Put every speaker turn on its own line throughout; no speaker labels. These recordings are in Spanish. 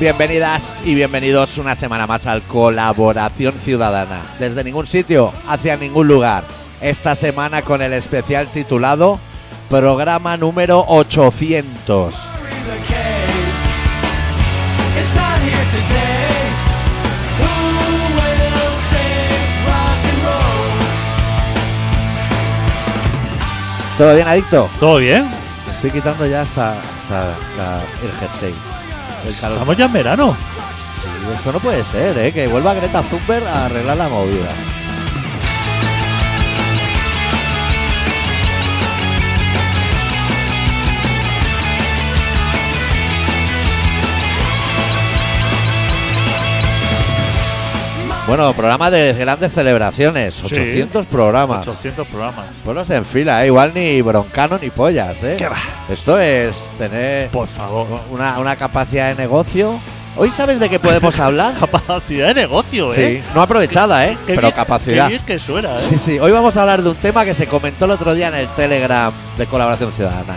Bienvenidas y bienvenidos una semana más al Colaboración Ciudadana. Desde ningún sitio, hacia ningún lugar. Esta semana con el especial titulado Programa número 800.
It's not here today. Who will save rock and roll?
¿Todo bien, adicto?
¿Todo bien?
Estoy quitando ya hasta, hasta la- el jersey. El calor.
Estamos ya en verano.
Sí, Esto no puede ser, ¿eh? Que vuelva Greta Thunberg a arreglar la movida. Bueno, programa de grandes celebraciones.
Sí.
800 programas.
800 programas.
Ponos en fila, ¿eh? Igual ni broncano ni pollas, ¿eh?
¿Qué va?
Esto es tener
Por favor.
una, una capacidad de negocio. ¿Hoy sabes de qué podemos hablar?
Capacidad de negocio,
Sí,
¿eh?
no aprovechada, ¿eh?
Qué
Pero
bien-
capacidad.
Qué bien que suena, ¿eh?
Sí, sí. Hoy vamos a hablar de un tema que se comentó el otro día en el Telegram de Colaboración Ciudadana.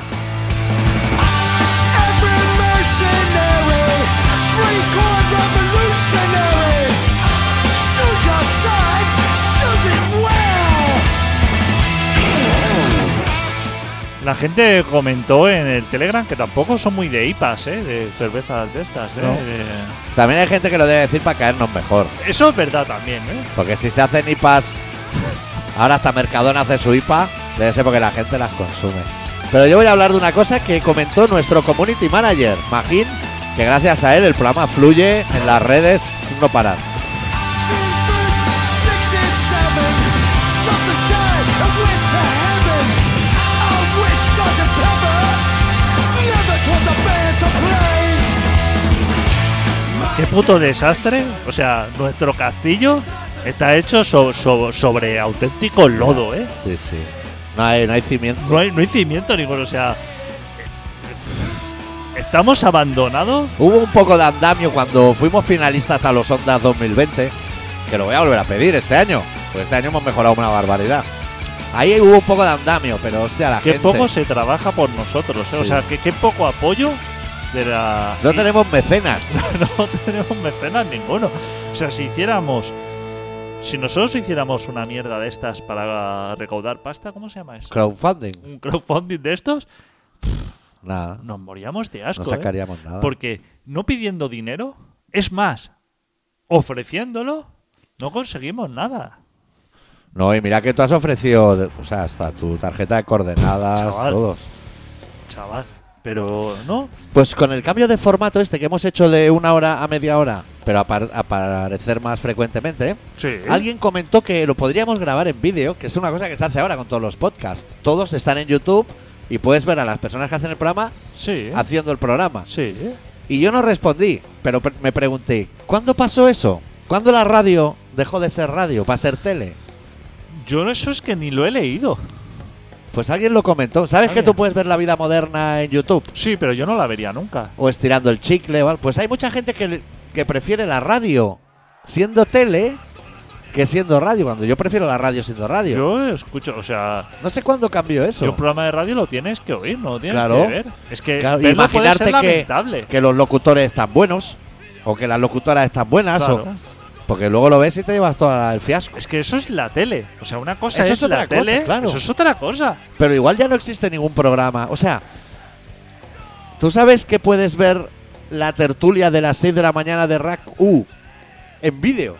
Every mercenary, free-core revolutionaries. Choose your side, choose it well.
La gente comentó en el Telegram que tampoco son muy de IPAs, ¿eh? De cervezas de estas, ¿eh?
No.
De-
También hay gente que lo debe decir para caernos mejor.
Eso es verdad también, ¿eh?
Porque si se hacen IPAs, ahora hasta Mercadona hace su IPA, debe ser porque la gente las consume. Pero yo voy a hablar de una cosa que comentó nuestro community manager, Magín, que gracias a él el programa fluye en las redes sin no parar.
June 1st, 67. Something died and went to heaven. I wish I could ever never told the band to play.
Qué puto desastre. O sea, nuestro castillo está hecho so- so- sobre auténtico lodo, ¿eh?
Sí, sí. No hay, no hay cimiento.
No hay, no hay cimiento ninguno, o sea. eh, Estamos abandonados.
Hubo un poco de andamio cuando fuimos finalistas a los Ondas 2020, que lo voy a volver a pedir este año, porque este año hemos mejorado una barbaridad. Ahí hubo un poco de andamio, pero hostia, la
Qué
gente.
poco se trabaja por nosotros, ¿eh? O
Sí.
sea, que qué poco apoyo de la.
No tenemos mecenas.
no tenemos mecenas ninguno. O sea, si hiciéramos. Si nosotros hiciéramos una mierda de estas para recaudar pasta, ¿cómo se llama eso?
Crowdfunding.
Un crowdfunding de estos,
Nada.
nos moríamos de asco.
No
¿eh?
sacaríamos nada.
Porque no pidiendo dinero, es más, ofreciéndolo, no conseguimos nada.
No, y mira que tú has ofrecido, o sea, hasta tu tarjeta de coordenadas,
Chaval.
todos.
Chaval. Pero no,
Pues con el cambio de formato este que hemos hecho de una hora a media hora, pero apar- aparecer más frecuentemente, ¿eh?
Sí.
Alguien comentó que lo podríamos grabar en vídeo, que es una cosa que se hace ahora con todos los podcasts. Todos están en YouTube y puedes ver a las personas que hacen el programa
Sí.
haciendo el programa.
Sí.
Y yo no respondí, pero pre- me pregunté, ¿cuándo pasó eso? ¿Cuándo la radio dejó de ser radio para ser tele?
Yo no- eso es que ni lo he leído.
Pues alguien lo comentó. ¿Sabes que
Alguien.
tú puedes ver la vida moderna en YouTube?
Sí, pero yo no la vería nunca.
O estirando el chicle, ¿vale? Pues hay mucha gente que, le- que prefiere la radio siendo tele que siendo radio, cuando yo prefiero la radio siendo radio.
Yo escucho, o sea,
no sé cuándo cambió eso.
Y un programa de radio lo tienes que oír, no lo tienes
Claro.
que ver. Es que
Claro,
verlo
imaginarte
puede ser
que-
lamentable.
que los locutores están buenos o que las locutoras están buenas
Claro.
o- porque luego lo ves y te llevas todo el fiasco
Es que eso es la tele. O sea, una cosa
Eso
es,
es otra
la
cosa,
tele,
claro.
eso es otra cosa.
pero igual ya no existe ningún programa o sea tú sabes que puedes ver la tertulia de las 6 de la mañana de Rack U en vídeo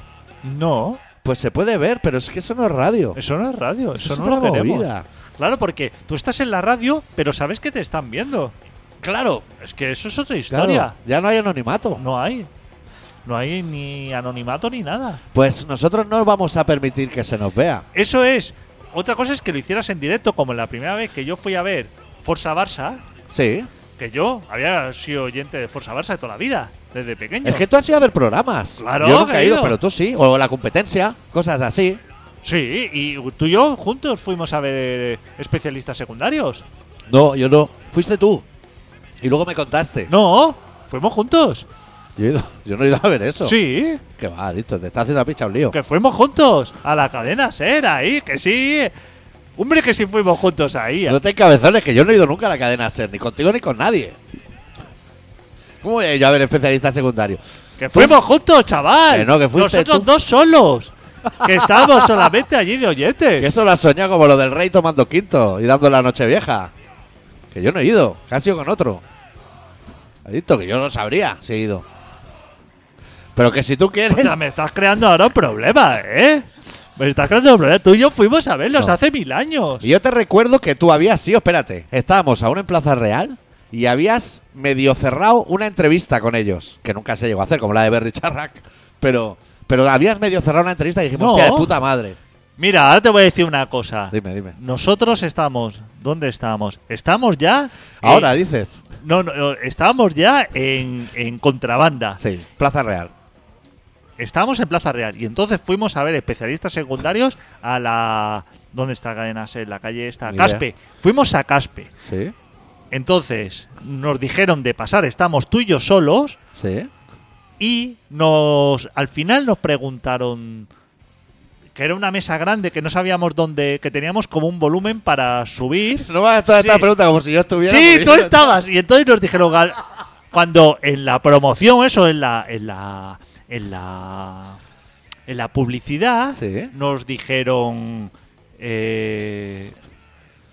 No,
pues se puede ver pero es que eso no es radio
eso no es radio, eso,
es
no
otra
lo queremos.
movida.
Claro, porque tú estás en la radio, pero sabes que te están viendo.
claro
Es que eso es otra
claro,
historia.
ya no hay anonimato
No hay. No hay ni anonimato ni nada.
pues nosotros no vamos a permitir que se nos vea
Eso es. Otra cosa es que lo hicieras en directo, como la primera vez que yo fui a ver Forza Barça,
sí
que yo había sido oyente de Forza Barça de toda la vida, desde pequeño.
es que tú has ido a ver programas
Claro,
yo nunca he ido
querido.
pero tú sí o la competencia cosas así
Sí, y tú y yo juntos fuimos a ver especialistas secundarios.
No, yo no. Fuiste tú. Y luego me contaste.
No, fuimos juntos.
Yo, he ido- yo no he ido a ver eso.
Sí,
Que va, adicto, te está haciendo la picha un lío.
que fuimos juntos a la cadena SER ahí, que sí. Hombre, que sí fuimos juntos ahí. eh.
No te encabezones, que yo no he ido nunca a la cadena SER, ni contigo ni con nadie. ¿Cómo voy a ir yo a ver especialista secundario?
¡Que fuimos juntos, chaval!
Que no, que fuiste
Nosotros
tú.
dos solos. Que estábamos solamente allí de oyentes.
Que eso lo has soñado como lo del rey tomando quinto y dando la noche vieja. Que yo no he ido, que has ido con otro. Adicto, que yo no sabría si he ido. Pero que si tú quieres.
Puta, me estás creando ahora un problema, ¿eh? Me estás creando un problema. Tú y yo fuimos a verlos
No.
hace mil años.
Y yo te recuerdo que tú habías sido, espérate, estábamos aún en Plaza Real y habías medio cerrado una entrevista con ellos, que nunca se llegó a hacer, como la de Berry Charrac, pero, pero habías medio cerrado una entrevista y dijimos,
No. Ah.
"Hostia, de puta madre.
Mira, ahora te voy a decir una cosa.
Dime, dime.
Nosotros estamos. ¿Dónde estamos? Estamos ya.
Ahora
en-
dices,
no, no, no, estamos ya en, en contrabanda.
sí, Plaza Real.
Estábamos en Plaza Real y entonces fuimos a ver especialistas secundarios a la. ¿Dónde está Cadena Ser? La calle esta.
Ni idea.
Caspe. Fuimos a Caspe.
Sí,
Entonces nos dijeron de pasar, estamos tú y yo solos.
sí.
Y nos al final nos preguntaron que era una mesa grande que no sabíamos dónde, que teníamos como un volumen para subir.
No vas a hacer esta
Sí.
pregunta como si yo estuviera.
Sí,
porque
tú
yo no
estabas. Y entonces nos dijeron "Gal- cuando en la promoción, eso, en la, en la, en la, en la publicidad,
Sí.
nos dijeron, eh,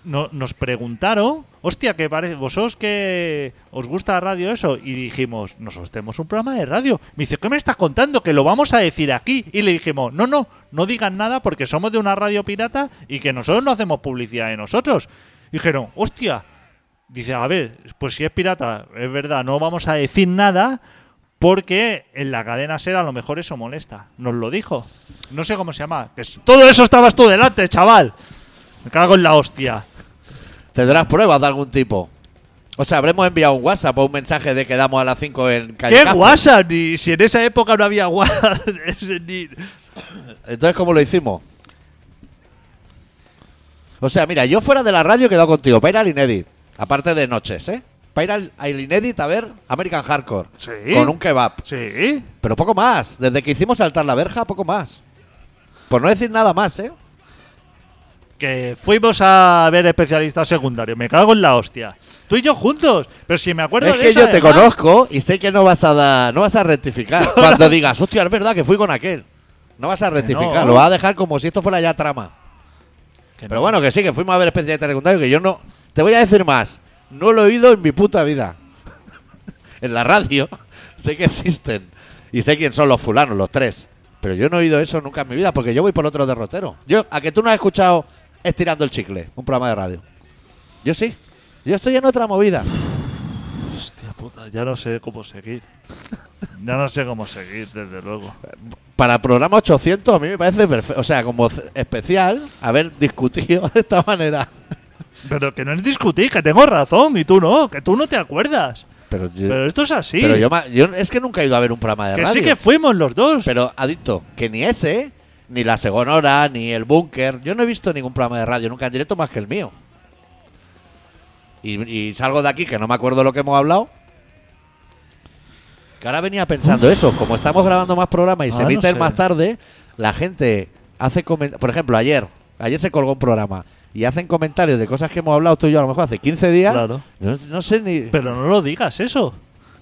no- nos preguntaron, hostia, que parece, vosotros que os gusta la radio eso, y dijimos, nosotros tenemos un programa de radio. Me dice, ¿qué me estás contando? Que lo vamos a decir aquí. Y le dijimos, no, no, no digan nada porque somos de una radio pirata y que nosotros no hacemos publicidad de nosotros. Dijeron, hostia, dice, a ver, pues si es pirata, es verdad, no vamos a decir nada porque en la cadena SER a lo mejor eso molesta. Nos lo dijo. No sé cómo se llama. que es- todo eso estabas tú delante, chaval. Me cago en la hostia.
Tendrás pruebas de algún tipo. O sea, habremos enviado un WhatsApp o un mensaje de que damos a las 5 en calle.
¿Qué
Caspe.
WhatsApp? Ni, si en esa época no había WhatsApp. ese ni-
Entonces, ¿cómo lo hicimos? O sea, mira, yo fuera de la radio he quedado contigo para ir al Inedit. Aparte de noches, ¿eh? Para ir al, al Inedit a ver American Hardcore.
Sí.
Con un kebab.
Sí.
Pero poco más. Desde que hicimos saltar la verja, poco más. Por no decir nada más, ¿eh?
Que fuimos a ver especialistas secundarios. Me cago en la hostia. Tú y yo juntos. Pero si me acuerdo
Es
de
que
eso,
yo te
además.
conozco y sé que no vas a dar, no vas a rectificar. Cuando digas, hostia, es verdad que fui con aquel. No vas a rectificar,
no.
lo vas a dejar como si esto fuera ya trama.
Que no.
Pero bueno, que sí, que fuimos a ver especialistas secundarios que yo no. Te voy a decir más. No lo he oído en mi puta vida. en la radio. sé que existen. Y sé quién son los fulanos, los tres. Pero yo no he oído eso nunca en mi vida porque yo voy por otro derrotero. Yo, a que tú no has escuchado Estirando el Chicle, un programa de radio. Yo sí. Yo estoy en otra movida.
Hostia puta, ya no sé cómo seguir. ya no sé cómo seguir, desde luego.
Para programa 800 a mí me parece perfecto. O sea, como c- especial haber discutido de esta manera.
Pero que no es discutir, que tengo razón y tú no, que tú no te acuerdas.
Pero yo,
Pero esto es así.
pero yo, ma- yo es que nunca he ido a ver un programa de
que
radio.
sí que fuimos los dos.
Pero, adicto, que ni ese, ni la Segonora, ni el Búnker. Yo no he visto ningún programa de radio nunca en directo más que el mío. Y, y salgo de aquí, que no me acuerdo lo que hemos hablado. Que ahora venía pensando eso. Como estamos grabando más programas y se
Ah, no
emiten
sé.
más tarde, la gente hace comentarios. Por ejemplo, ayer. Ayer se colgó un programa. Y hacen comentarios de cosas que hemos hablado tú y yo a lo mejor hace 15 días.
Claro.
No, no sé ni.
Pero no lo digas eso.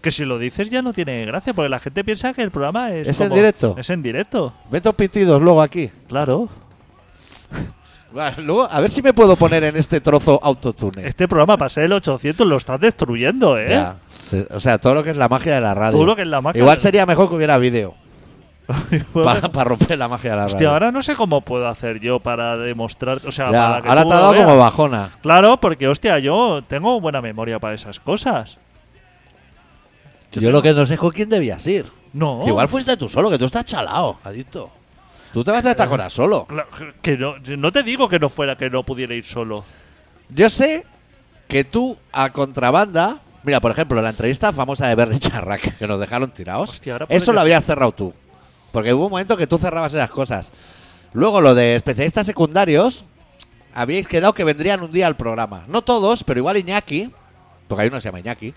Que si lo dices ya no tiene gracia, porque la gente piensa que el programa es.
Es en
como-
directo.
Es en directo,
Meto pitidos luego aquí.
claro.
Vale, Luego, a ver si me puedo poner en este trozo autotune.
Este programa para ser el 800 lo estás destruyendo, ¿eh?
Ya. Se- O sea, todo lo que es la magia de la radio.
Todo lo que es la magia
Igual
de-
sería mejor que hubiera vídeo
Bueno,
para, para romper la magia de la radio.
Pues, Hostia, ahora no sé cómo puedo hacer yo para demostrar. O sea,
Ya,
para que
ahora
tú
te ha
lo
dado
veas.
como bajona.
Claro, porque hostia, yo tengo buena memoria para esas cosas.
Yo, lo que no sé es con quién debías ir.
No.
Que Igual fuiste tú solo, que tú estás chalado, adicto. Tú te vas a esta hora solo.
Claro, Que no, no te digo que no fuera, que no pudiera ir solo.
Yo sé que tú a contrabanda. Mira, por ejemplo, la entrevista famosa de Berry Charrac, que nos dejaron tirados.
Hostia, ahora puede
Eso
que
lo
sí.
habías cerrado tú. Porque hubo un momento que tú cerrabas esas cosas. Luego lo de especialistas secundarios, habíais quedado que vendrían un día al programa. No todos, pero igual Iñaki, porque hay uno que se llama Iñaki.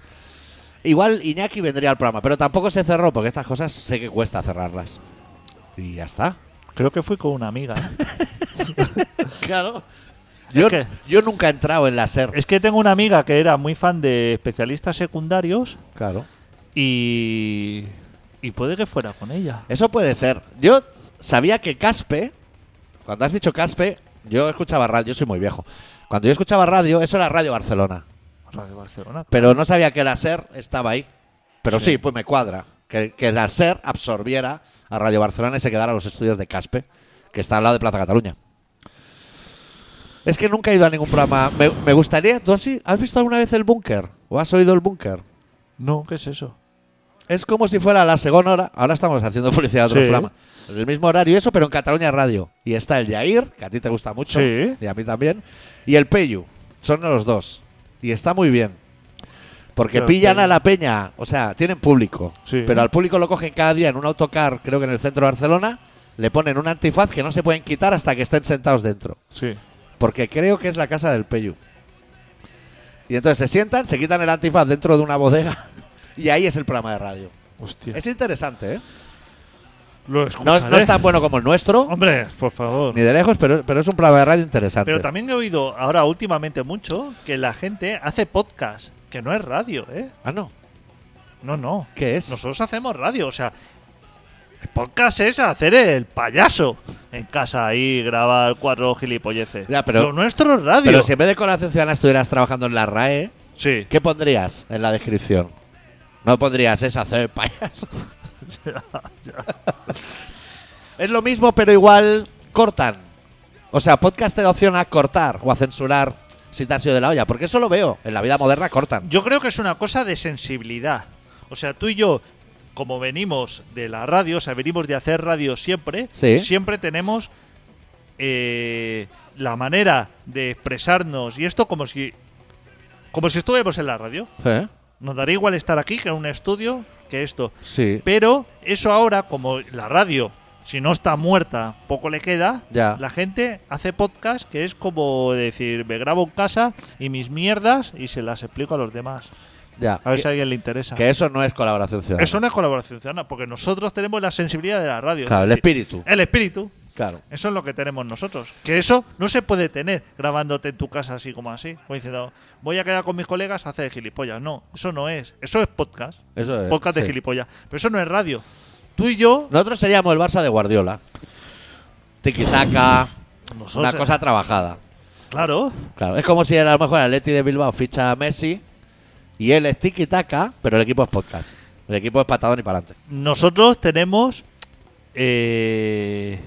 Igual Iñaki vendría al programa, pero tampoco se cerró porque estas cosas sé que cuesta cerrarlas. Y ya está.
Creo que fui con una amiga.
Claro. Yo,
que-
yo nunca he entrado en la E SER.
es que tengo una amiga que era muy fan de especialistas secundarios
Claro.
Y, y puede que fuera con ella.
Eso puede ser. Yo sabía que Caspe, cuando has dicho Caspe, yo escuchaba radio, yo soy muy viejo. Cuando yo escuchaba radio, eso era Radio Barcelona.
Radio Barcelona.
Pero no sabía que la SER estaba ahí. Pero sí, pues me cuadra. Que, que la SER absorbiera a Radio Barcelona y se quedara a los estudios de Caspe, que está al lado de Plaza Cataluña. Es que nunca he ido a ningún programa. Me, me gustaría. ¿Tú has, i- has visto alguna vez el búnker? ¿O has oído el búnker?
No, ¿qué es eso?
Es como si fuera la segunda hora. Ahora estamos haciendo publicidad de otro
Sí.
programa. El mismo horario y eso, pero en Cataluña Radio. Y está el Yair, que a ti te gusta mucho.
Sí.
Y a mí también. Y el Peyu. Son los dos. Y está muy bien. Porque
Claro,
pillan
Peyu.
a la peña. O sea, tienen público.
Sí.
Pero al público lo cogen cada día en un autocar, creo que en el centro de Barcelona. Le ponen un antifaz que no se pueden quitar hasta que estén sentados dentro.
Sí.
Porque creo que es la casa del Peyu. Y entonces se sientan, se quitan el antifaz dentro de una bodega. Y ahí es el programa de radio.
Hostia.
Es interesante, ¿eh?
Lo
No,
escucharé.
es- no es tan bueno como el nuestro,
Hombre, por favor.
ni de lejos, pero, pero es un programa de radio interesante.
Pero también he oído ahora últimamente mucho que la gente hace podcast, que no es radio, ¿eh?
Ah, no.
No, no.
¿Qué es?
Nosotros hacemos radio, o sea, el podcast es hacer el payaso en casa ahí, grabar cuatro gilipolleces.
Ya, pero-
Lo nuestro es radio.
Pero si en vez de colaboración ciudadana estuvieras trabajando en la RAE,
Sí.
¿qué pondrías en la descripción? No pondrías es hacer payaso. es lo mismo, pero igual cortan. O sea, podcast te da opción a cortar o a censurar si te has ido de la olla. Porque eso lo veo. En la vida moderna cortan.
Yo creo que es una cosa de sensibilidad. O sea, tú y yo, como venimos de la radio, o sea, venimos de hacer radio siempre,
Sí.
siempre tenemos eh, la manera de expresarnos y esto como si, como si estuviéramos en la radio.
¿Eh?
Nos daría igual estar aquí que en un estudio que esto.
Sí.
Pero eso ahora, como la radio, si no está muerta, poco le queda,
Ya.
la gente hace podcast que es como decir, me grabo en casa y mis mierdas y se las explico a los demás.
Ya.
A ver si a
Que,
alguien le interesa.
que eso no es colaboración ciudadana.
Es una colaboración ciudadana, porque nosotros tenemos la sensibilidad de la radio.
Claro, el
Es decir,
espíritu.
El espíritu.
Claro.
Eso es lo que tenemos nosotros. Que eso no se puede tener grabándote en tu casa así como así. Como diciendo, voy a quedar con mis colegas a hacer gilipollas. No, eso no es. Eso es podcast.
Eso es,
Podcast de
Eh, sí.
gilipollas. Pero eso no es radio. Tú y yo.
Nosotros seríamos el Barça de Guardiola. Tiki-taka,
nosotros-
una cosa trabajada.
Claro.
Claro, es como si a lo mejor el Atleti de Bilbao ficha a Messi y él es tiki-taka, pero el equipo es podcast. El equipo es patadón y para adelante.
Nosotros tenemos. eh,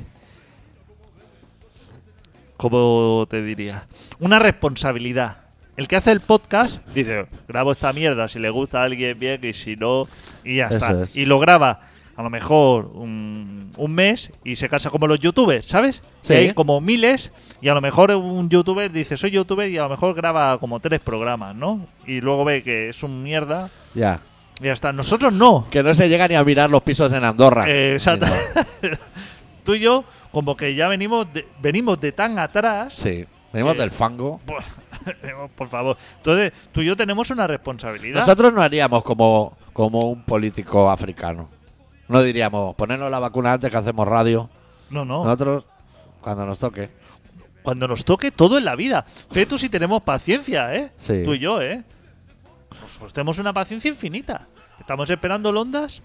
¿Cómo te diría? Una responsabilidad. El que hace el podcast dice: Grabo esta mierda si le gusta a alguien bien y si no. Y ya
Eso
está.
es.
Y lo graba a lo mejor un, un mes y se casa como los youtubers, ¿sabes?
Sí.
Que hay como miles y a lo mejor un youtuber dice: Soy youtuber y a lo mejor graba como tres programas, ¿no? Y luego ve que es un mierda
Ya.
y ya está. Nosotros no.
Que no se llega ni a mirar los pisos en Andorra.
Eh, exacto.
Ni nada.
Tú y yo, como que ya venimos de, venimos de tan atrás.
Sí. Venimos
Eh,
del fango.
Buah, Por favor. Entonces, tú y yo tenemos una responsabilidad.
Nosotros no haríamos como, como un político africano. No diríamos, ponernos la vacuna antes que hacemos radio.
no, no.
Nosotros, cuando nos toque.
Cuando nos toque todo en la vida. Fetus si tenemos paciencia, ¿eh?
Sí.
Tú y yo, ¿eh? Nosotros tenemos una paciencia infinita. Estamos esperando Londas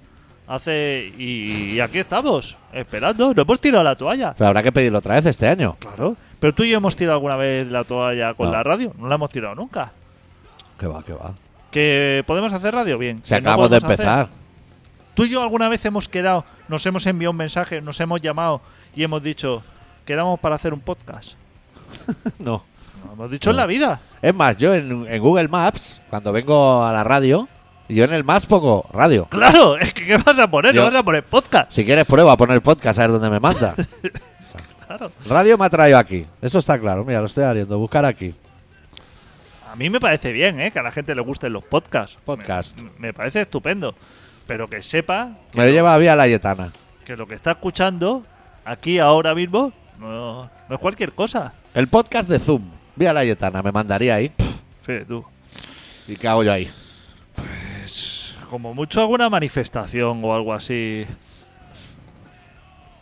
hace. Y, y aquí estamos, esperando. No hemos tirado la toalla.
Pero habrá que pedirlo otra vez este año.
Claro. Pero tú y yo hemos tirado alguna vez la toalla con
No.
la radio. No la hemos tirado nunca.
Que va, que va.
¿Que podemos hacer radio? Bien.
Si
¿Que no
acabamos de
podemos hacer?
empezar.
Tú y yo alguna vez hemos quedado, nos hemos enviado un mensaje, nos hemos llamado y hemos dicho, quedamos para hacer un podcast.
No.
No, hemos dicho en la vida.
Es más, yo en, en Google Maps, cuando vengo a la radio, yo en el Maps pongo radio.
Claro, es que ¿qué vas a poner?
Yo-
¿No vas a poner podcast?
Si quieres, prueba a poner podcast, a ver dónde me manda.
Claro.
radio me ha traído aquí. Eso está claro. Mira, lo estoy abriendo. Buscar aquí.
A mí me parece bien, ¿eh? Que a la gente le gusten los podcasts.
Podcast.
Me, me parece estupendo. Pero que sepa que,
Me lo lleva a Vía Layetana.
que lo que está escuchando aquí ahora mismo no, no es cualquier cosa.
El podcast de Zoom. Vía Layetana. Me mandaría ahí.
Fíjate tú.
¿Y qué hago yo ahí?
Como mucho alguna manifestación o algo así.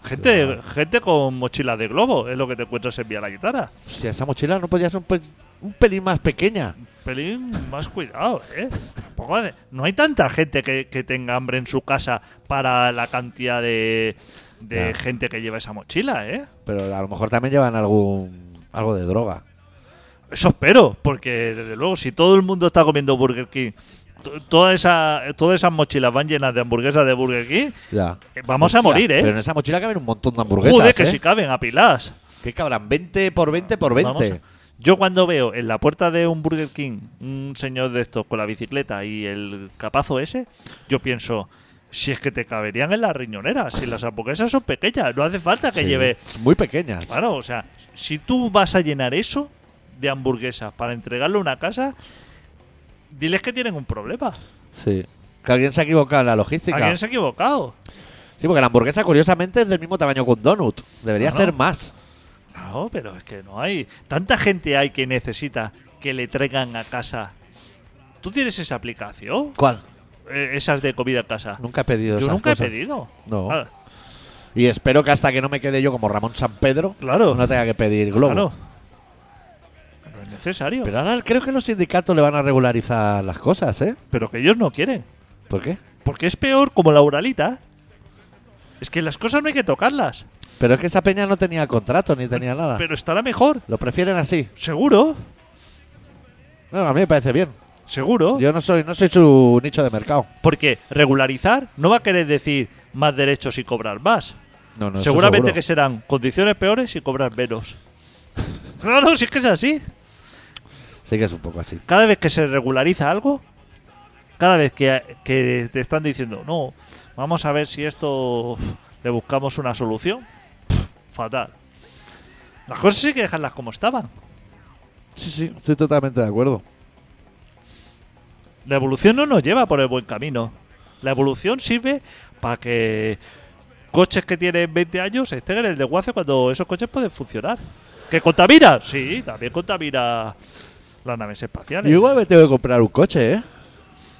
Gente, gente con mochilas de globo es lo que te encuentras en Vía la Guitarra.
Hostia, esa mochila no podía ser un, pe- un pelín más pequeña.
Pelín, más cuidado, ¿eh? Tampoco de- No hay tanta gente que, que tenga hambre en su casa para la cantidad de, de
Ya.
gente que lleva esa mochila, ¿eh?
Pero a lo mejor también llevan algún algo de droga.
Eso espero, porque desde luego, si todo el mundo está comiendo Burger King, to- toda esa, todas esas mochilas van llenas de hamburguesas de Burger King,
Ya.
eh, vamos a
Hostia,
morir,
Pero en
¿eh?
esa mochila caben un montón de hamburguesas.
Joder, que
¿eh?
si caben a pilas.
Que cabrán, 20 por 20 por 20.
Vamos a- Yo cuando veo en la puerta de un Burger King un señor de estos con la bicicleta y el capazo ese, yo pienso, si es que te caberían en la riñonera, si las hamburguesas son pequeñas, no hace falta que
Sí,
lleve... Ah.
Muy pequeñas.
Claro, o sea, si tú vas a llenar eso de hamburguesas para entregarlo a una casa, diles que tienen un problema.
Sí. Que alguien se ha equivocado en la logística.
Alguien se ha equivocado.
Sí, porque la hamburguesa, curiosamente, es del mismo tamaño que un donut. Debería
Ah, ¿no?
ser más.
No, pero es que no hay. Tanta gente hay que necesita que le traigan a casa. ¿Tú tienes esa aplicación?
¿Cuál?
Eh, esas de comida a casa.
Nunca he pedido
Yo
esas
nunca
cosas.
he pedido.
No.
Ah,
Y espero que hasta que no me quede yo como Ramón San Pedro,
Claro.
no tenga que pedir globo.
Claro. No es necesario. Pero,
Pero ahora creo que los sindicatos le van a regularizar las cosas, ¿eh?
que ellos no quieren.
¿Por qué?
Porque es peor como la Uralita. Es que las cosas no hay que tocarlas.
Pero es que esa peña no tenía contrato ni tenía nada.
Pero estará mejor.
Lo prefieren así.
Seguro.
No, a mí me parece bien.
Seguro.
Yo no soy, no soy su nicho de mercado.
Porque regularizar no va a querer decir más derechos y cobrar más.
No, no, eso
Seguramente
seguro.
que serán condiciones peores y cobrar menos. Claro, si es que es así.
Sí que es un poco así.
Cada vez que se regulariza algo, cada vez que, que te están diciendo, no, vamos a ver si esto uf, le buscamos una solución, pf, fatal. Las cosas sí que dejarlas como estaban.
Sí, sí, estoy totalmente de acuerdo.
La evolución no nos lleva por el buen camino. La evolución sirve para que coches que tienen 20 años estén en el desguace cuando esos coches pueden funcionar. ¿Que contamina? Sí, también contamina las naves espaciales.
Yo igual me tengo que comprar un coche, ¿eh?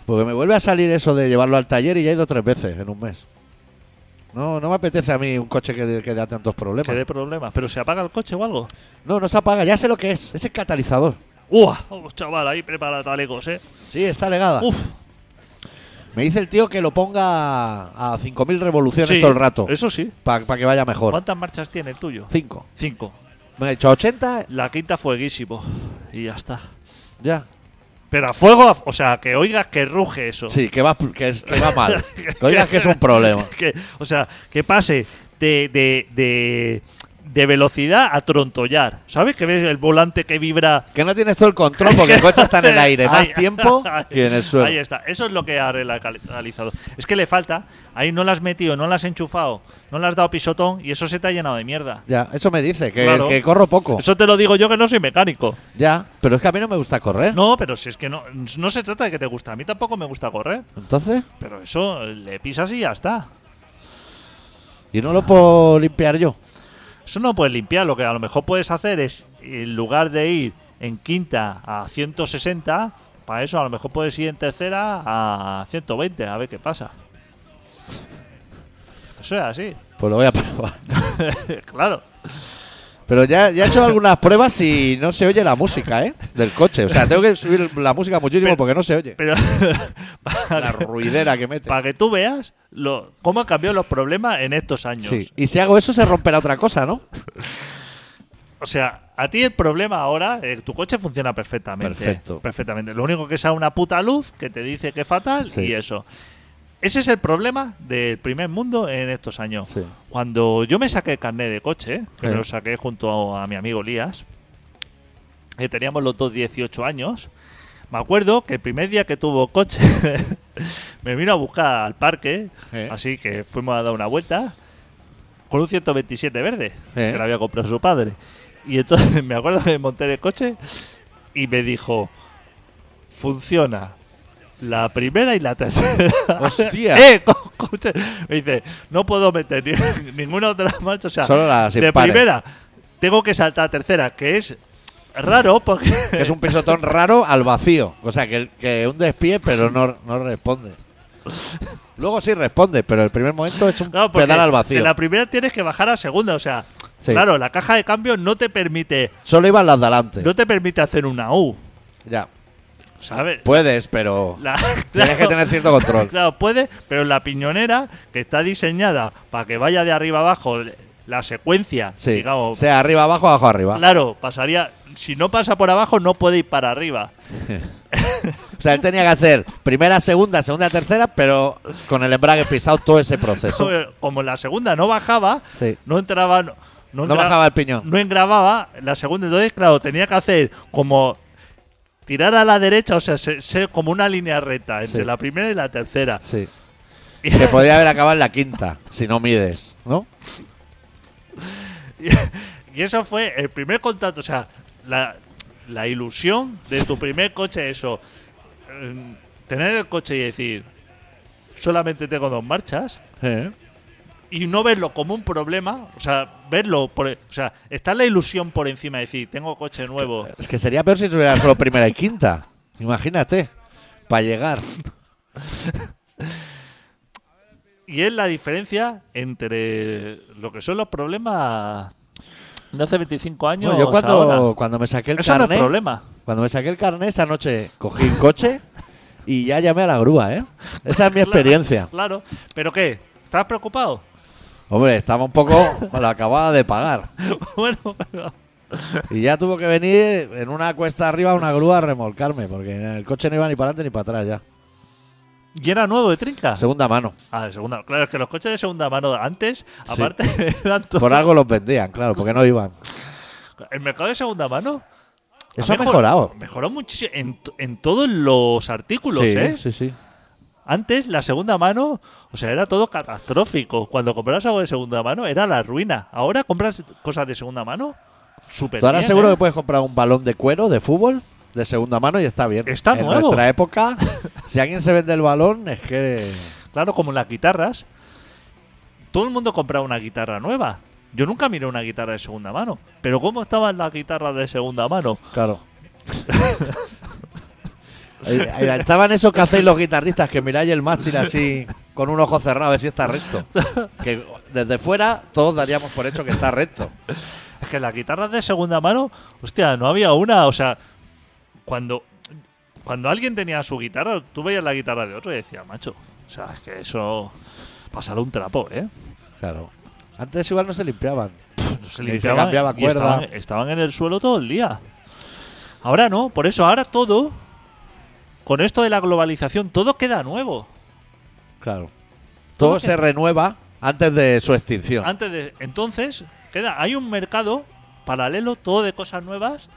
Porque me vuelve a salir eso de llevarlo al taller y ya he ido tres veces en un mes. No, no me apetece a mí un coche que, de- que da tantos problemas.
Que dé problemas. ¿Pero se apaga el coche o algo?
No, no se apaga, ya sé lo que es. Es el catalizador.
¡Uah! Vamos, chaval, ahí prepara talegos, ¿eh?
Sí, está legada.
¡Uf!
Me dice el tío que lo ponga a 5.000 revoluciones
sí,
todo el rato.
Eso sí.
Para que vaya mejor.
¿Cuántas marchas tiene el tuyo?
5.
Cinco.
Me ha dicho 80,
La quinta fueguísimo. Y ya está.
ya.
Pero a fuego, a- o sea, que oigas que ruge eso.
Sí, que va, que es- que va mal. que oigas que es un problema.
que, o sea, que pase de, de, de, de velocidad a trontollar. ¿Sabes? Que ves el volante que vibra.
Que no tienes todo el control porque el coche está en el aire más
Ahí-
tiempo que en el suelo.
Ahí está. Eso es lo que arregla el catalizador. Es que le falta. Ahí no la has metido, no la has enchufado, no le has dado pisotón y eso se te ha llenado de mierda.
Ya, eso me dice, que,
Claro.
que corro poco.
Eso te lo digo yo que no soy mecánico.
Ya, pero es que a mí no me gusta correr.
No, pero si es que no, no se trata de que te gusta. A mí tampoco me gusta correr.
Entonces,
Pero eso le pisas y ya está.
y no lo puedo limpiar yo.
Eso no puedes limpiar. Lo que a lo mejor puedes hacer es, en lugar de ir en quinta a 160, para eso a lo mejor puedes ir en tercera a 120, a ver qué pasa. Eso es así,
Pues lo voy a probar.
claro.
Pero ya, ya he hecho algunas pruebas y no se oye la música, ¿eh? Del coche. O sea, tengo que subir la música muchísimo
Pero-
porque no se oye.
Pero
La
para, que,
ruidera que mete.
para que tú veas lo, cómo han cambiado los problemas en estos años.
Sí. Y si hago eso se romperá otra cosa, ¿no?
O sea, a ti el problema ahora, eh, tu coche funciona perfectamente.
Perfecto.
Perfectamente. Lo único que sea una puta luz que te dice que es fatal
Sí.
y eso. Ese es el problema del primer mundo en estos años.
Sí.
Cuando yo me saqué el carnet de coche, que
Sí.
me lo saqué junto a, a mi amigo Lías, que teníamos los dos 18 años, me acuerdo que el primer día que tuvo coche me vino a buscar al parque,
Sí.
así que fuimos a dar una vuelta con un 127 verde
Eh.
que le había comprado su padre. Y entonces me acuerdo que monté en el coche y me dijo: Funciona la primera y la tercera.
Hostia.
Eh, co- coche. Me dice: No puedo meter ni- ninguna otra marcha. O sea,
Solo las
de
impares.
primera tengo que saltar a tercera, que es raro porque.
Que es un pisotón raro al vacío. O sea, que, que un despie, pero no, no responde. Luego sí responde, pero el primer momento es un
Claro, porque
pedal al
De
vacío.
la primera tienes que bajar a segunda, o sea,
Sí.
Claro, la caja de cambio no te permite,
Solo iban las de adelante.
no te permite hacer una U,
Ya.
¿sabes?
Puedes, pero
La-
tienes que
claro.
tener cierto control.
Claro, puede, pero la piñonera, que está diseñada para que vaya de arriba abajo la secuencia,
Sí. O
digamos.
sea, arriba, abajo, abajo, arriba.
Claro, pasaría. Si no pasa por abajo, no puede ir para arriba.
O sea, él tenía que hacer primera, segunda, segunda, tercera, pero con el embrague pisado todo ese proceso.
Como- Como la segunda no bajaba,
Sí.
no entraba. No, no
No
entra-
bajaba el piñón.
No engrababa la segunda. Entonces, claro, tenía que hacer como tirar a la derecha, o sea, se- se- como una línea recta entre
Sí.
la primera y la tercera.
Sí. Que podía haber acabado en la quinta, si no mides, ¿no?
Y eso fue el primer contacto, o sea, la, la ilusión de tu primer coche, eso. Em, Tener el coche y decir, solamente tengo dos marchas. Y no verlo como un problema, o sea, verlo, por, o sea, está la ilusión por encima de decir, tengo coche nuevo.
Es que sería peor si tuviera solo primera y quinta. Imagínate, para llegar.
Y es la diferencia entre lo que son los problemas de hace 25 años.
No, yo
ahora.
cuando, cuando me saqué el
Eso no es
carnet-
problema.
Cuando me saqué el carnet esa noche cogí un coche y ya llamé a la grúa, ¿eh? Esa es mi
Claro,
experiencia.
Claro, pero ¿qué? ¿Estás preocupado?
Hombre, estaba un poco... Me lo acababa de pagar.
bueno, pero...
Y ya tuvo que venir en una cuesta arriba una grúa a remolcarme, porque en el coche no iba ni para adelante ni para atrás ya.
¿Y era nuevo de trinca?
Segunda mano.
Ah, de segunda. Claro, es que los coches de segunda mano antes,
Sí.
aparte, eran to-
Por algo los vendían, claro, porque no iban.
El mercado de segunda mano.
Eso ha
mejor-
mejorado.
Mejoró mucho en, t- en todos los artículos,
sí,
¿eh?
sí, sí.
Antes, la segunda mano, o sea, era todo catastrófico. Cuando comprabas algo de segunda mano, era la ruina. Ahora compras cosas de segunda mano, súper
Tú ahora
bien,
seguro
¿eh?
que puedes comprar un balón de cuero de fútbol de segunda mano y está bien.
Está
en
nuevo.
nuestra época, si alguien se vende el balón, es que.
Claro, como las guitarras. Todo el mundo compraba una guitarra nueva. Yo nunca miré una guitarra de segunda mano. Pero ¿cómo estaban las guitarras de segunda mano?
Claro. Eh, eh, Estaban esos que hacéis los guitarristas que miráis el mástil así con un ojo cerrado a ver si está recto. Que desde fuera todos daríamos por hecho que está recto.
Es que las guitarras de segunda mano, hostia, no había una. O sea, cuando, cuando alguien tenía su guitarra, tú veías la guitarra de otro y decías, macho, o sea, es que eso. Pasarle un trapo, ¿eh?
Claro. Antes igual no se limpiaban.
No
Y se cambiaba
y estaban,
cuerda.
estaban en el suelo todo el día. Ahora no, por eso ahora todo, con esto de la globalización, todo queda nuevo.
Claro.
¿Cómo
Todo
que-
se renueva antes de su extinción.
Antes de. Entonces, queda, hay un mercado paralelo, todo de cosas nuevas,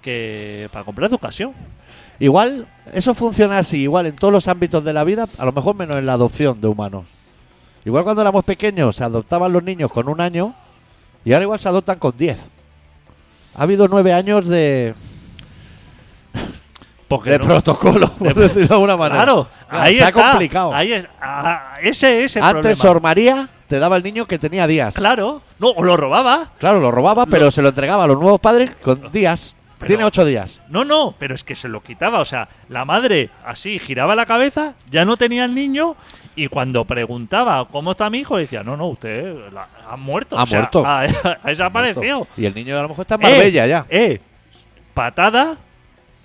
que para comprar de ocasión.
Igual, eso funciona así, igual en todos los ámbitos de la vida, a lo mejor menos en la adopción de humanos. Igual cuando éramos pequeños se adoptaban los niños con un año y ahora igual se adoptan con diez. Ha habido nueve años de,
Porque
de
no-
protocolo, por
pro-
decirlo de alguna manera.
Claro, ahí
se
está.
ha complicado.
Ahí es, ah, ese es el
Antes
problema.
Sor María te daba el niño que tenía días.
Claro, no, o lo robaba.
Claro, lo robaba, pero se lo entregaba a los nuevos padres con días.
Pero-
Tiene ocho días.
No, no, pero es que se lo quitaba. O sea, la madre así giraba la cabeza, ya no tenía el niño. Y cuando preguntaba cómo está mi hijo, decía: No, no, usted la- ha muerto.
Ha
o sea,
muerto.
Ha, ha desaparecido.
Y el niño a lo mejor está en Marbella
eh,
ya.
eh, patada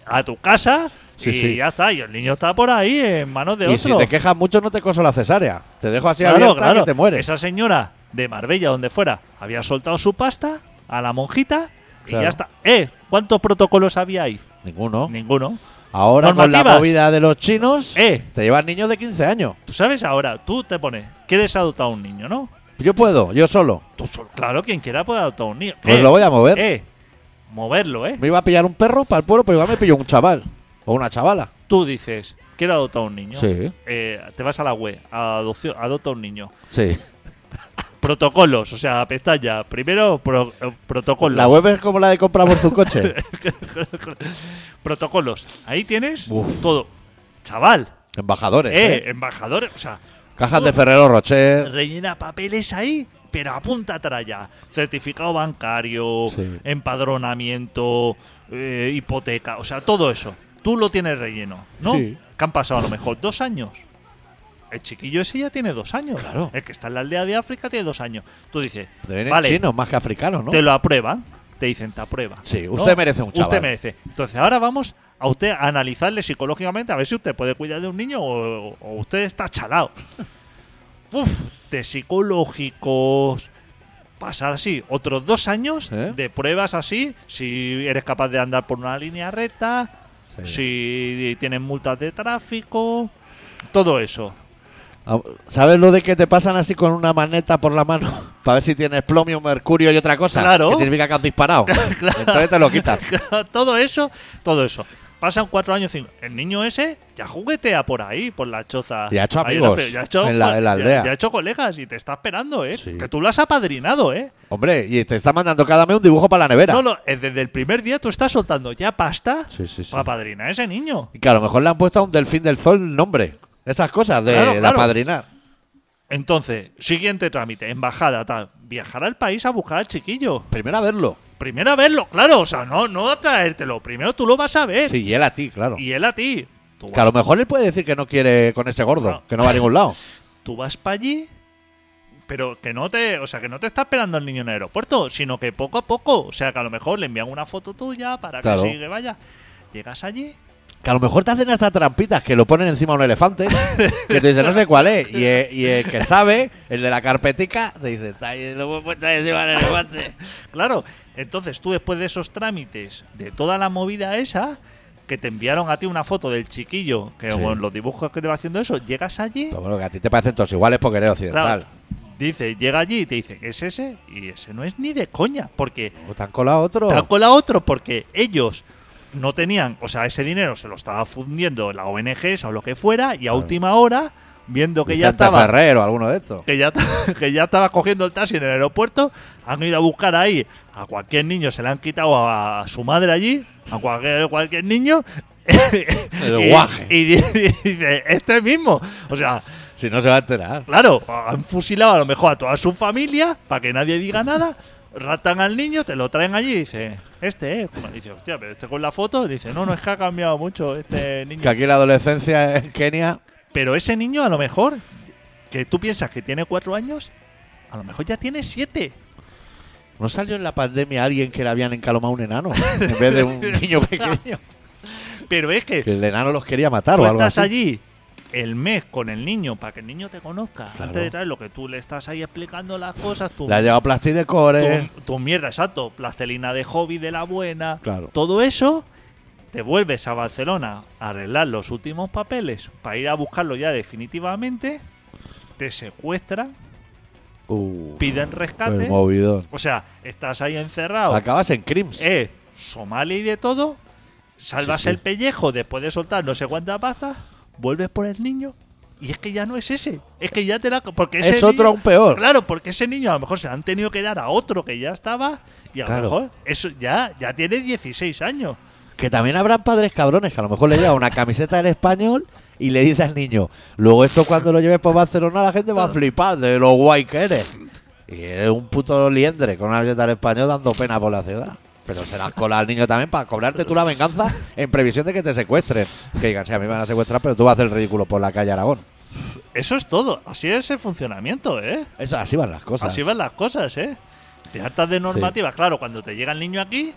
a tu casa
Sí,
y
sí.
ya está. Y el niño está por ahí en manos de
y
otro.
si te quejas mucho no te coso la cesárea. Te dejo así
Claro,
abierta
claro.
que te mueres.
Esa señora de Marbella, donde fuera, había soltado su pasta a la monjita y
Claro.
ya está. ¿Eh? ¿Cuántos protocolos había ahí?
Ninguno.
Ninguno.
Ahora con la
Normativas.
movida de los chinos,
Eh.
te llevan niños de 15 años.
Tú sabes ahora, tú te pones, quieres adoptar a un niño, ¿no?
Yo puedo, yo solo.
Tú solo- claro, quien quiera puede adoptar a un niño.
Pues
Eh,
lo voy a mover.
Eh, moverlo, ¿eh?
Me iba a pillar un perro para el pueblo, pero igual me pillo un chaval. O una chavala.
Tú dices, quiero adoptar a un niño.
Sí.
Eh, te vas a la web, a adopción, adopta a un niño.
Sí.
Protocolos, o sea, pestaña. Primero, pro- eh, protocolos.
La web es como la de compramos tu coche.
Protocolos. Ahí tienes
Uf.
todo. Chaval,
Embajadores.
eh,
¿eh?
embajadores, o sea,
Cajas
tú
de Ferrero Rocher.
Rellena papeles ahí, pero apunta para allá. Certificado bancario,
Sí.
empadronamiento, eh, hipoteca, o sea, todo eso. Tú lo tienes relleno, ¿no?
Sí.
Que han pasado a lo mejor dos años. El chiquillo ese ya tiene dos años.
Claro.
El que está en la aldea de África tiene dos años. Tú dices,
Te vienen
vale,
chinos más que africanos, ¿no?
te lo aprueban, te dicen, te aprueba.
Sí, usted merece un chaval.
Usted merece. Entonces ahora vamos a usted a analizarle psicológicamente a ver si usted puede cuidar de un niño o, o usted está chalado. Uf, de psicológicos. Pasar así otros dos años
¿Eh?
de pruebas así, si eres capaz de andar por una línea recta, si tienes multas de tráfico, todo eso.
Ah, ¿Sabes lo de que te pasan así con una maneta por la mano? Para ver si tienes plomio, mercurio y otra cosa.
Claro.
Que significa que has disparado.
Claro.
Entonces te lo quitas.
todo eso, todo eso. Pasan cuatro años, cinco. El niño ese ya juguetea por ahí, por la choza.
Y ha hecho
Ahí en la
amigos
fe- ya ha hecho-
en la- en la
ya-
aldea.
Ya, ha hecho colegas y te está esperando, ¿eh?
Sí.
Que tú lo has apadrinado, ¿eh?
Hombre, y te está mandando cada mes un dibujo para la nevera.
No, no, eh, desde el primer día tú estás soltando ya pasta
Sí, sí, sí.
para apadrinar a ese niño.
Y que a lo mejor le han puesto a un delfín del sol nombre. Esas cosas de,
Claro,
de
claro.
apadrinar.
Entonces, siguiente trámite, embajada, tal. Viajar al país a buscar al chiquillo.
Primero a verlo.
Primero a verlo, claro, o sea, no, no a traértelo. Primero tú lo vas a ver
Sí, y él a ti, claro.
Eh. y él a ti. Tú
Que a lo mejor él puede decir que no quiere con ese gordo,
Claro.
que no va a ningún lado.
tú vas para allí, pero que no te, o sea, que no te está esperando el niño en el aeropuerto, sino que poco a poco, o sea, que a lo mejor le envían una foto tuya para
Claro.
que sí que vaya. Llegas allí,
Que a lo mejor te hacen hasta trampitas que lo ponen encima a un elefante. que te dicen, no sé cuál es. Y, el- y el que sabe, el de la carpetica, te dice, "Está ahí, lo hemos puesto ahí encima del elefante.
claro. Entonces tú después de esos trámites, de toda la movida esa, que te enviaron a ti una foto del chiquillo, que
Sí.
con los dibujos que te va haciendo eso, llegas allí,
Pero bueno, que a ti te parecen todos iguales porque eres occidental.
claro, dice, llega allí y te dice, ¿es ese? Y ese no es ni de coña, porque
O te han colado otro.
Te han colado otro porque ellos no tenían, o sea, ese dinero se lo estaba fundiendo la ONG o lo que fuera, y a última hora, viendo que ya
Vicente
estaba.
Ferrer o alguno de estos.
Que ya, ta- que ya estaba cogiendo el taxi en el aeropuerto, han ido a buscar ahí a cualquier niño, se le han quitado a, a su madre allí, a cualquier, cualquier niño.
El
y-
guaje.
Y, di- y dice, este mismo. O sea,
Si no se va a enterar.
Claro, han fusilado a lo mejor a toda su familia para que nadie diga nada. Ratan al niño, te lo traen allí y dice, este, ¿eh? Bueno, dice, hostia, pero este con la foto, dice, no, no es que ha cambiado mucho
Que
este niño.
aquí la adolescencia en Kenia.
Pero ese niño a lo mejor, que tú piensas que tiene cuatro años, a lo mejor ya tiene siete.
¿No salió en la pandemia alguien que le habían encalomado un enano? En vez de un niño pequeño.
Pero es que
Que el enano los quería matar
tú
o algo
estás
así.
allí el mes con el niño para que el niño te conozca.
Claro.
Antes de traer lo que tú le estás ahí explicando las cosas, tú...
Le ha llegado plasti de core.
tu, tu mierda, exacto. Plastelina de hobby de la buena.
Claro.
Todo eso, te vuelves a Barcelona a arreglar los últimos papeles para ir a buscarlo ya definitivamente. Te secuestran,
Uh,
piden
el
rescate.
movidón.
O sea, estás ahí encerrado.
Acabas en crims.
Eh, Somalia y de todo. Salvas
Sí, sí.
el pellejo después de soltar no sé cuánta pasta. Vuelves por el niño. Y es que ya no es ese. Es que ya te la. Porque ese
Es otro
niño-
aún peor.
Claro, porque ese niño a lo mejor se lo han tenido que dar a otro que ya estaba. Y a
Claro.
lo mejor eso ya, ya tiene 16 años.
Que también habrán padres cabrones que a lo mejor le lleva una camiseta del español y le dice al niño, luego esto cuando lo lleves por Barcelona la gente va a flipar de lo guay que eres. Y eres un puto liendre con una camiseta del español dando pena por la ciudad. Pero se las cola al niño también para cobrarte tú la venganza en previsión de que te secuestren. Que digan, sí, a mí me van a secuestrar, pero tú vas a hacer el ridículo por la calle Aragón.
Eso es todo. Así es el funcionamiento, ¿eh?
Eso, así van las cosas.
Así van las cosas, ¿eh? Te hartas de normativas. Claro, cuando te llega el niño aquí,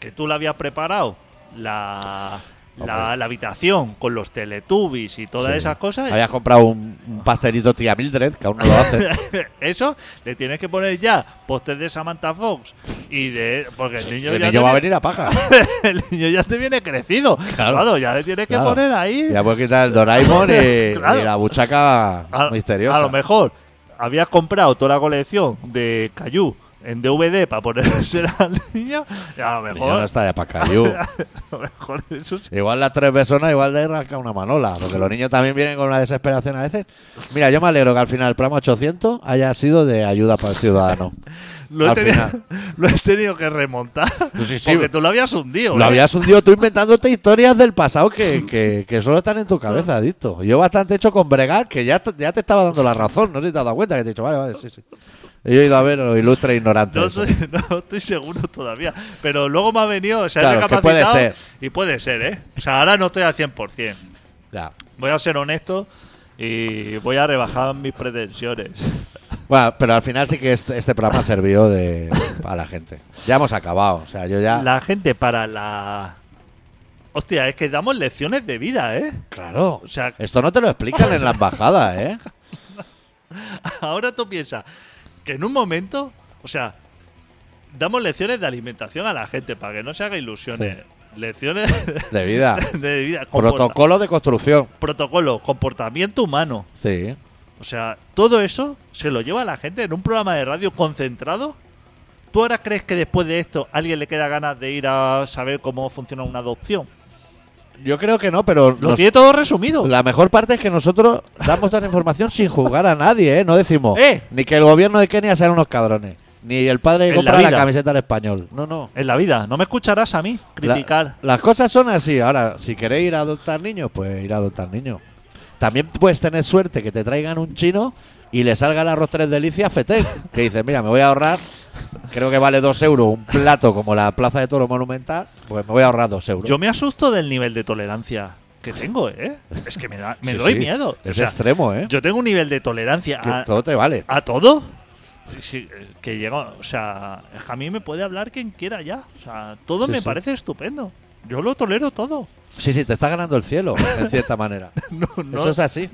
que tú le habías preparado la, la,
Hombre.
la habitación con los teletubbies y todas
Sí.
esas cosas,
Habías comprado un, un pastelito tía Mildred, que aún no lo hace.
eso le tienes que poner ya postes de Samantha Fox. y de Porque el niño,
el
ya,
niño va a
te,
venir a paja.
el niño ya te viene crecido.
Claro.
Claro, ya le tienes que
Claro.
poner ahí.
Ya puedes quitar el Doraemon y,
Claro.
y la buchaca
A,
misteriosa.
a lo mejor habías comprado toda la colección de Cayu en DVD para ponerse al niño. y A lo
El niño no
mejor,
está de Pacayú.
a lo mejor eso sí.
Igual las tres personas, igual de rasca una manola. Porque los niños también vienen con una desesperación a veces. Mira, yo me alegro que al final el programa 800 haya sido de ayuda para el ciudadano.
Lo, he
Al
tenido,
final.
lo he tenido que remontar.
sí, sí.
Porque tú lo habías hundido.
Lo
¿eh?
habías hundido tú inventándote historias del pasado que, que- que solo están en tu cabeza, adicto. Yo bastante he hecho con bregar, que ya, te- ya te estaba dando la razón. No sé si te has dado cuenta que te he dicho, vale, vale, sí, sí. Y yo he ido a ver los ilustres ignorantes.
No
eso.
estoy, no estoy seguro todavía. Pero luego me ha venido, se ha
Claro, que puede
recapacitado.
ser.
Y puede ser, ¿eh? O sea, ahora no estoy al 100%.
Ya.
Voy a ser honesto y y voy a rebajar mis pretensiones.
Bueno, pero al final sí que este, este programa sirvió de, a la gente. Ya hemos acabado. O sea, yo ya.
La gente para la... Hostia, es que damos lecciones de vida, ¿eh?
Claro.
O sea,
Esto no te lo explican en la embajada, ¿eh?
Ahora tú piensas que en un momento, o sea, damos lecciones de alimentación a la gente para que no se haga ilusiones. Lecciones
De vida.
de vida. comporta-
Protocolo de construcción.
protocolo, comportamiento humano.
Sí.
O sea, todo eso se lo lleva a la gente en un programa de radio concentrado. ¿Tú ahora crees que después de esto a alguien le queda ganas de ir a saber cómo funciona una adopción?
Yo creo que no, pero
Lo
nos-
tiene todo resumido.
la mejor parte es que nosotros damos toda la información sin juzgar a nadie, ¿eh? No decimos
¡Eh!
ni que el gobierno de Kenia sean unos cabrones, ni el padre que
En la
compra la,
vida.
camiseta al español. No, no.
En la vida, no me escucharás a mí
La-
criticar.
las cosas son así. Ahora, si queréis ir a adoptar niños, pues ir a adoptar niños. También puedes tener suerte que te traigan un chino y le salga el arroz tres delicias fetén. Que dices, mira, me voy a ahorrar, creo que vale dos euros un plato como la Plaza de Toro Monumental, pues me voy a ahorrar dos euros.
Yo me asusto del nivel de tolerancia que tengo, ¿eh? Es que me, da, me
Sí,
doy
sí.
miedo.
Es
O sea,
extremo, ¿eh?
Yo tengo un nivel de tolerancia
Que
a,
todo te vale.
a todo. Sí, sí, eh, que llega, o sea, es que a mí me puede hablar quien quiera ya. O sea, todo
Sí,
me
sí.
parece estupendo. Yo lo tolero todo.
Sí, sí, te está ganando el cielo, en cierta manera.
No, no,
Eso es así.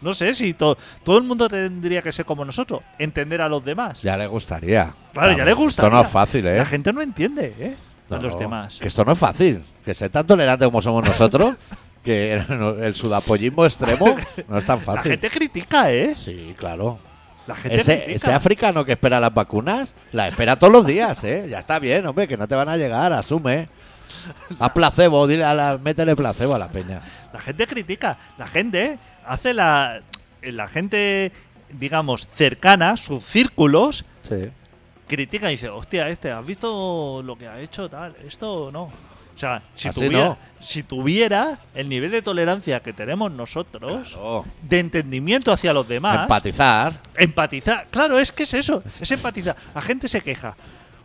no sé si to- todo el mundo tendría que ser como nosotros, entender a los demás.
Ya le gustaría.
Claro, ya le gusta.
Esto no
mira.
es fácil, ¿eh?
La gente no entiende, ¿eh?
No,
a los demás.
Que esto no es fácil. Que ser tan tolerante como somos nosotros, que el, el sudapollismo extremo no es tan
La
fácil.
gente critica, ¿eh?
Sí, claro.
La gente
Ese,
critica.
ese africano que espera las vacunas, la espera todos los días, ¿eh? Ya está bien, hombre, que no te van a llegar, asume. Haz placebo, dile a la, métele placebo a la peña.
La gente critica, la gente hace la. La gente, digamos, cercana, sus círculos,
Sí.
critica y dice, hostia, este, ¿has visto lo que ha hecho tal? ¿Esto no? O sea, si
Así
tuviera,
no.
si tuviera el nivel de tolerancia que tenemos nosotros,
Claro.
de entendimiento hacia los demás,
Empatizar.
empatizar. Claro, es que es eso, es empatizar. La gente se queja.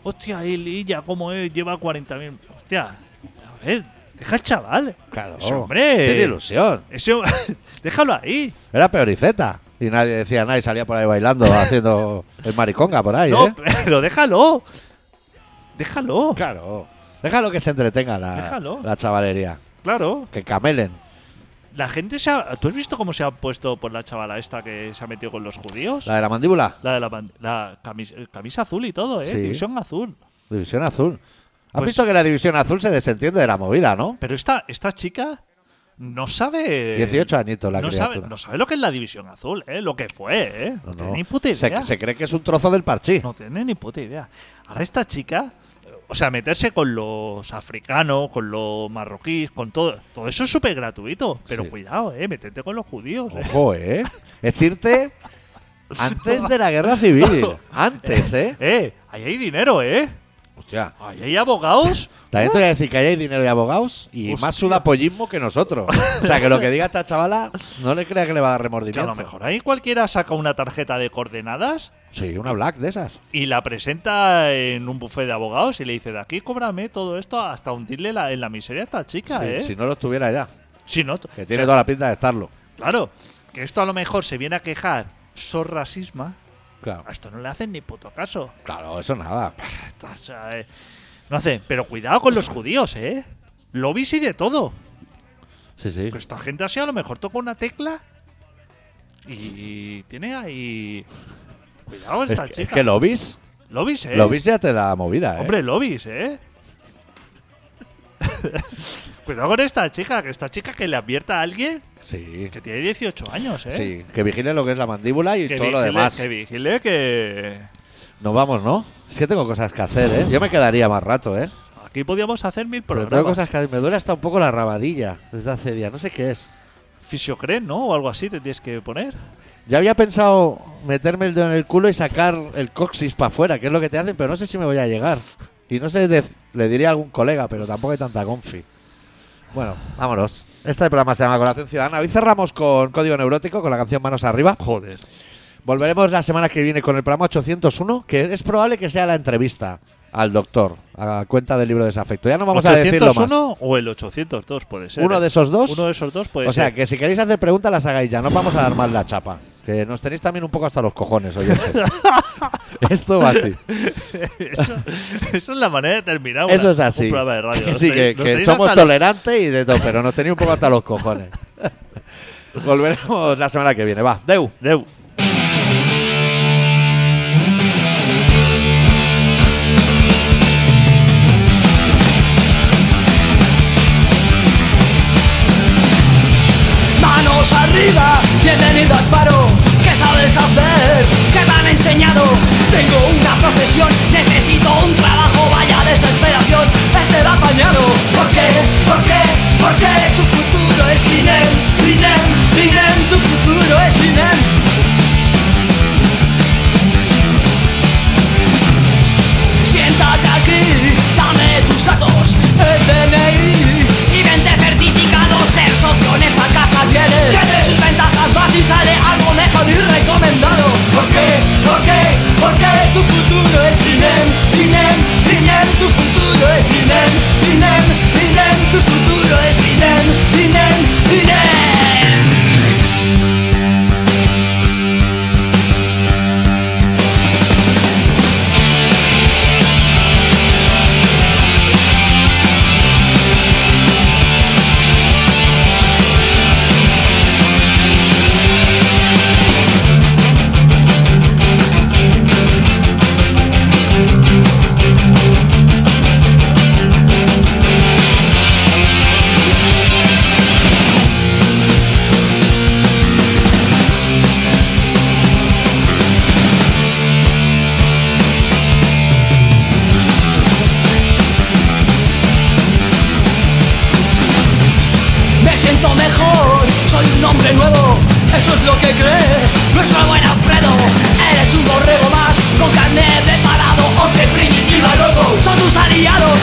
Hostia, y Lilla, ¿cómo es? Lleva 40.000. Hostia, a ver, deja al chaval.
Claro.
Ese hombre.
Tiene ilusión.
Ese- déjalo ahí.
Era peoriceta. Y nadie decía nada y salía por ahí bailando, haciendo el mariconga por ahí,
no,
¿eh?
pero déjalo. Déjalo.
Claro. Déjalo que se entretenga la,
Déjalo.
la chavalería.
Claro.
Que camelen.
La gente se ha, ¿Tú has visto cómo se ha puesto por la chavala esta que se ha metido con los judíos? La,
La de la mandíbula.
de la, band- la camis- eh, camisa, azul y todo, ¿eh?
Sí.
División azul.
División azul. Has
Pues-
visto que la división azul se desentiende de la movida, ¿no?
Pero esta, esta chica no sabe...
18 añitos la
no
criatura.
sabe, no sabe lo que es la división azul, ¿eh? Lo que fue, ¿eh?
No,
No,
no.
tiene ni puta idea.
Se, se cree que es un trozo del parchí.
No tiene ni puta idea. Ahora esta chica... eh, O sea, meterse con los africanos, con los marroquíes, con todo... Todo eso es súper gratuito. Pero
Sí.
cuidado, ¿eh? Meterte con los judíos. ¿eh?
Ojo, ¿eh? Es irte antes de la guerra civil. Antes, ¿eh?
Eh, ahí hay dinero, ¿eh?
Hostia.
Ahí hay abogados.
También te voy a decir que ahí hay dinero de abogados y
Hostia.
más sudapollismo que nosotros. O sea, que lo que diga esta chavala no le crea que le va a dar
Que a
remordimiento.
lo mejor ahí cualquiera saca una tarjeta de coordenadas
Sí, una black de esas.
y la presenta en un bufé de abogados y le dice, de aquí cóbrame todo esto hasta hundirle la- en la miseria a esta chica,
Sí,
¿eh?
Si no lo tuviera ya.
Si no,
Que
o
tiene
sea,
toda la pinta de estarlo.
Claro, que esto a lo mejor se viene a quejar, sos racisma,
Claro.
a esto no le hacen ni puto caso.
Claro, eso nada.
Esto, o sea, eh, no hacen, pero cuidado con los judíos, ¿eh? Lobbies y de todo.
Sí, sí.
Que esta gente así a lo mejor toca una tecla y tiene ahí... Cuidado
Es
esta
que,
chica.
es que lobbies,
Lobbies, ¿eh?
lobbies ya te da movida, ¿eh?
Hombre, lobbies, ¿eh? Cuidado con esta chica, que esta chica que le advierta a alguien
Sí.
que tiene 18 años, ¿eh?
Sí, que vigile lo que es la mandíbula y
Que
todo lo
vigile-
demás.
Que vigile que...
Nos vamos, ¿no? Es que tengo cosas que hacer, ¿eh? Yo me quedaría más rato, ¿eh?
Aquí podíamos hacer mil
Pero
programas.
tengo cosas que me duele hasta un poco la rabadilla desde hace días. No sé qué es.
Fisiocren, ¿no? O algo así te tienes que poner.
Yo había pensado meterme el dedo en el culo y sacar el coxis para afuera, que es lo que te hacen, pero no sé si me voy a llegar. Y no sé, de- le diría a algún colega, pero tampoco hay tanta confi. Bueno, vámonos. Este programa se llama Colación Ciudadana. Hoy cerramos con Código Neurótico, con la canción Manos Arriba.
Joder.
Volveremos la semana que viene con el programa 801, que es probable que sea la entrevista. al doctor, a cuenta del libro desafecto. Ya no vamos a decirlo más.
801 o el 802 puede ser. eh?
¿Uno de esos dos?
Uno de esos dos puede
O sea,
ser.
que si queréis hacer preguntas, las hagáis ya. No vamos a dar más la chapa. Que nos tenéis también un poco hasta los cojones, oyentes. Esto va así.
eso, eso es la manera de terminar una-
Eso es así.
Ah, un programa de radio.
Que sí,
Nos
que,
tenéis-
que
nos tenéis
somos
hasta los-
tolerantes y de todo, pero nos tenéis un poco hasta los cojones. Volveremos la semana que viene. Va, Deu.
Deu.
Manos arriba, bienvenido al paro. ¿Qué sabes hacer? ¿Qué me han enseñado? Tengo una profesión, necesito un trabajo, vaya desesperación. Este va apañado. ¿Por qué? ¿Por qué? ¿Por qué? Tu futuro es INEM, INEM, INEM, tu futuro es INEM. Siéntate aquí, dame tus datos, el DNI y vente certificado, ser socio en esta casa tiene, sus ventajas más y sale algo mejor y recomendado. ¿Por qué? ¿Por qué? ¿Por qué tu futuro es INEM? INEM, INEM, tu futuro es INEM, INEM, INEM, tu futuro es INEM, INEM, INEM. Me siento mejor, soy un hombre nuevo, eso es lo que cree nuestro buen Alfredo. Eres un borrego más, con carne de parado, once primitiva loco. Son tus aliados,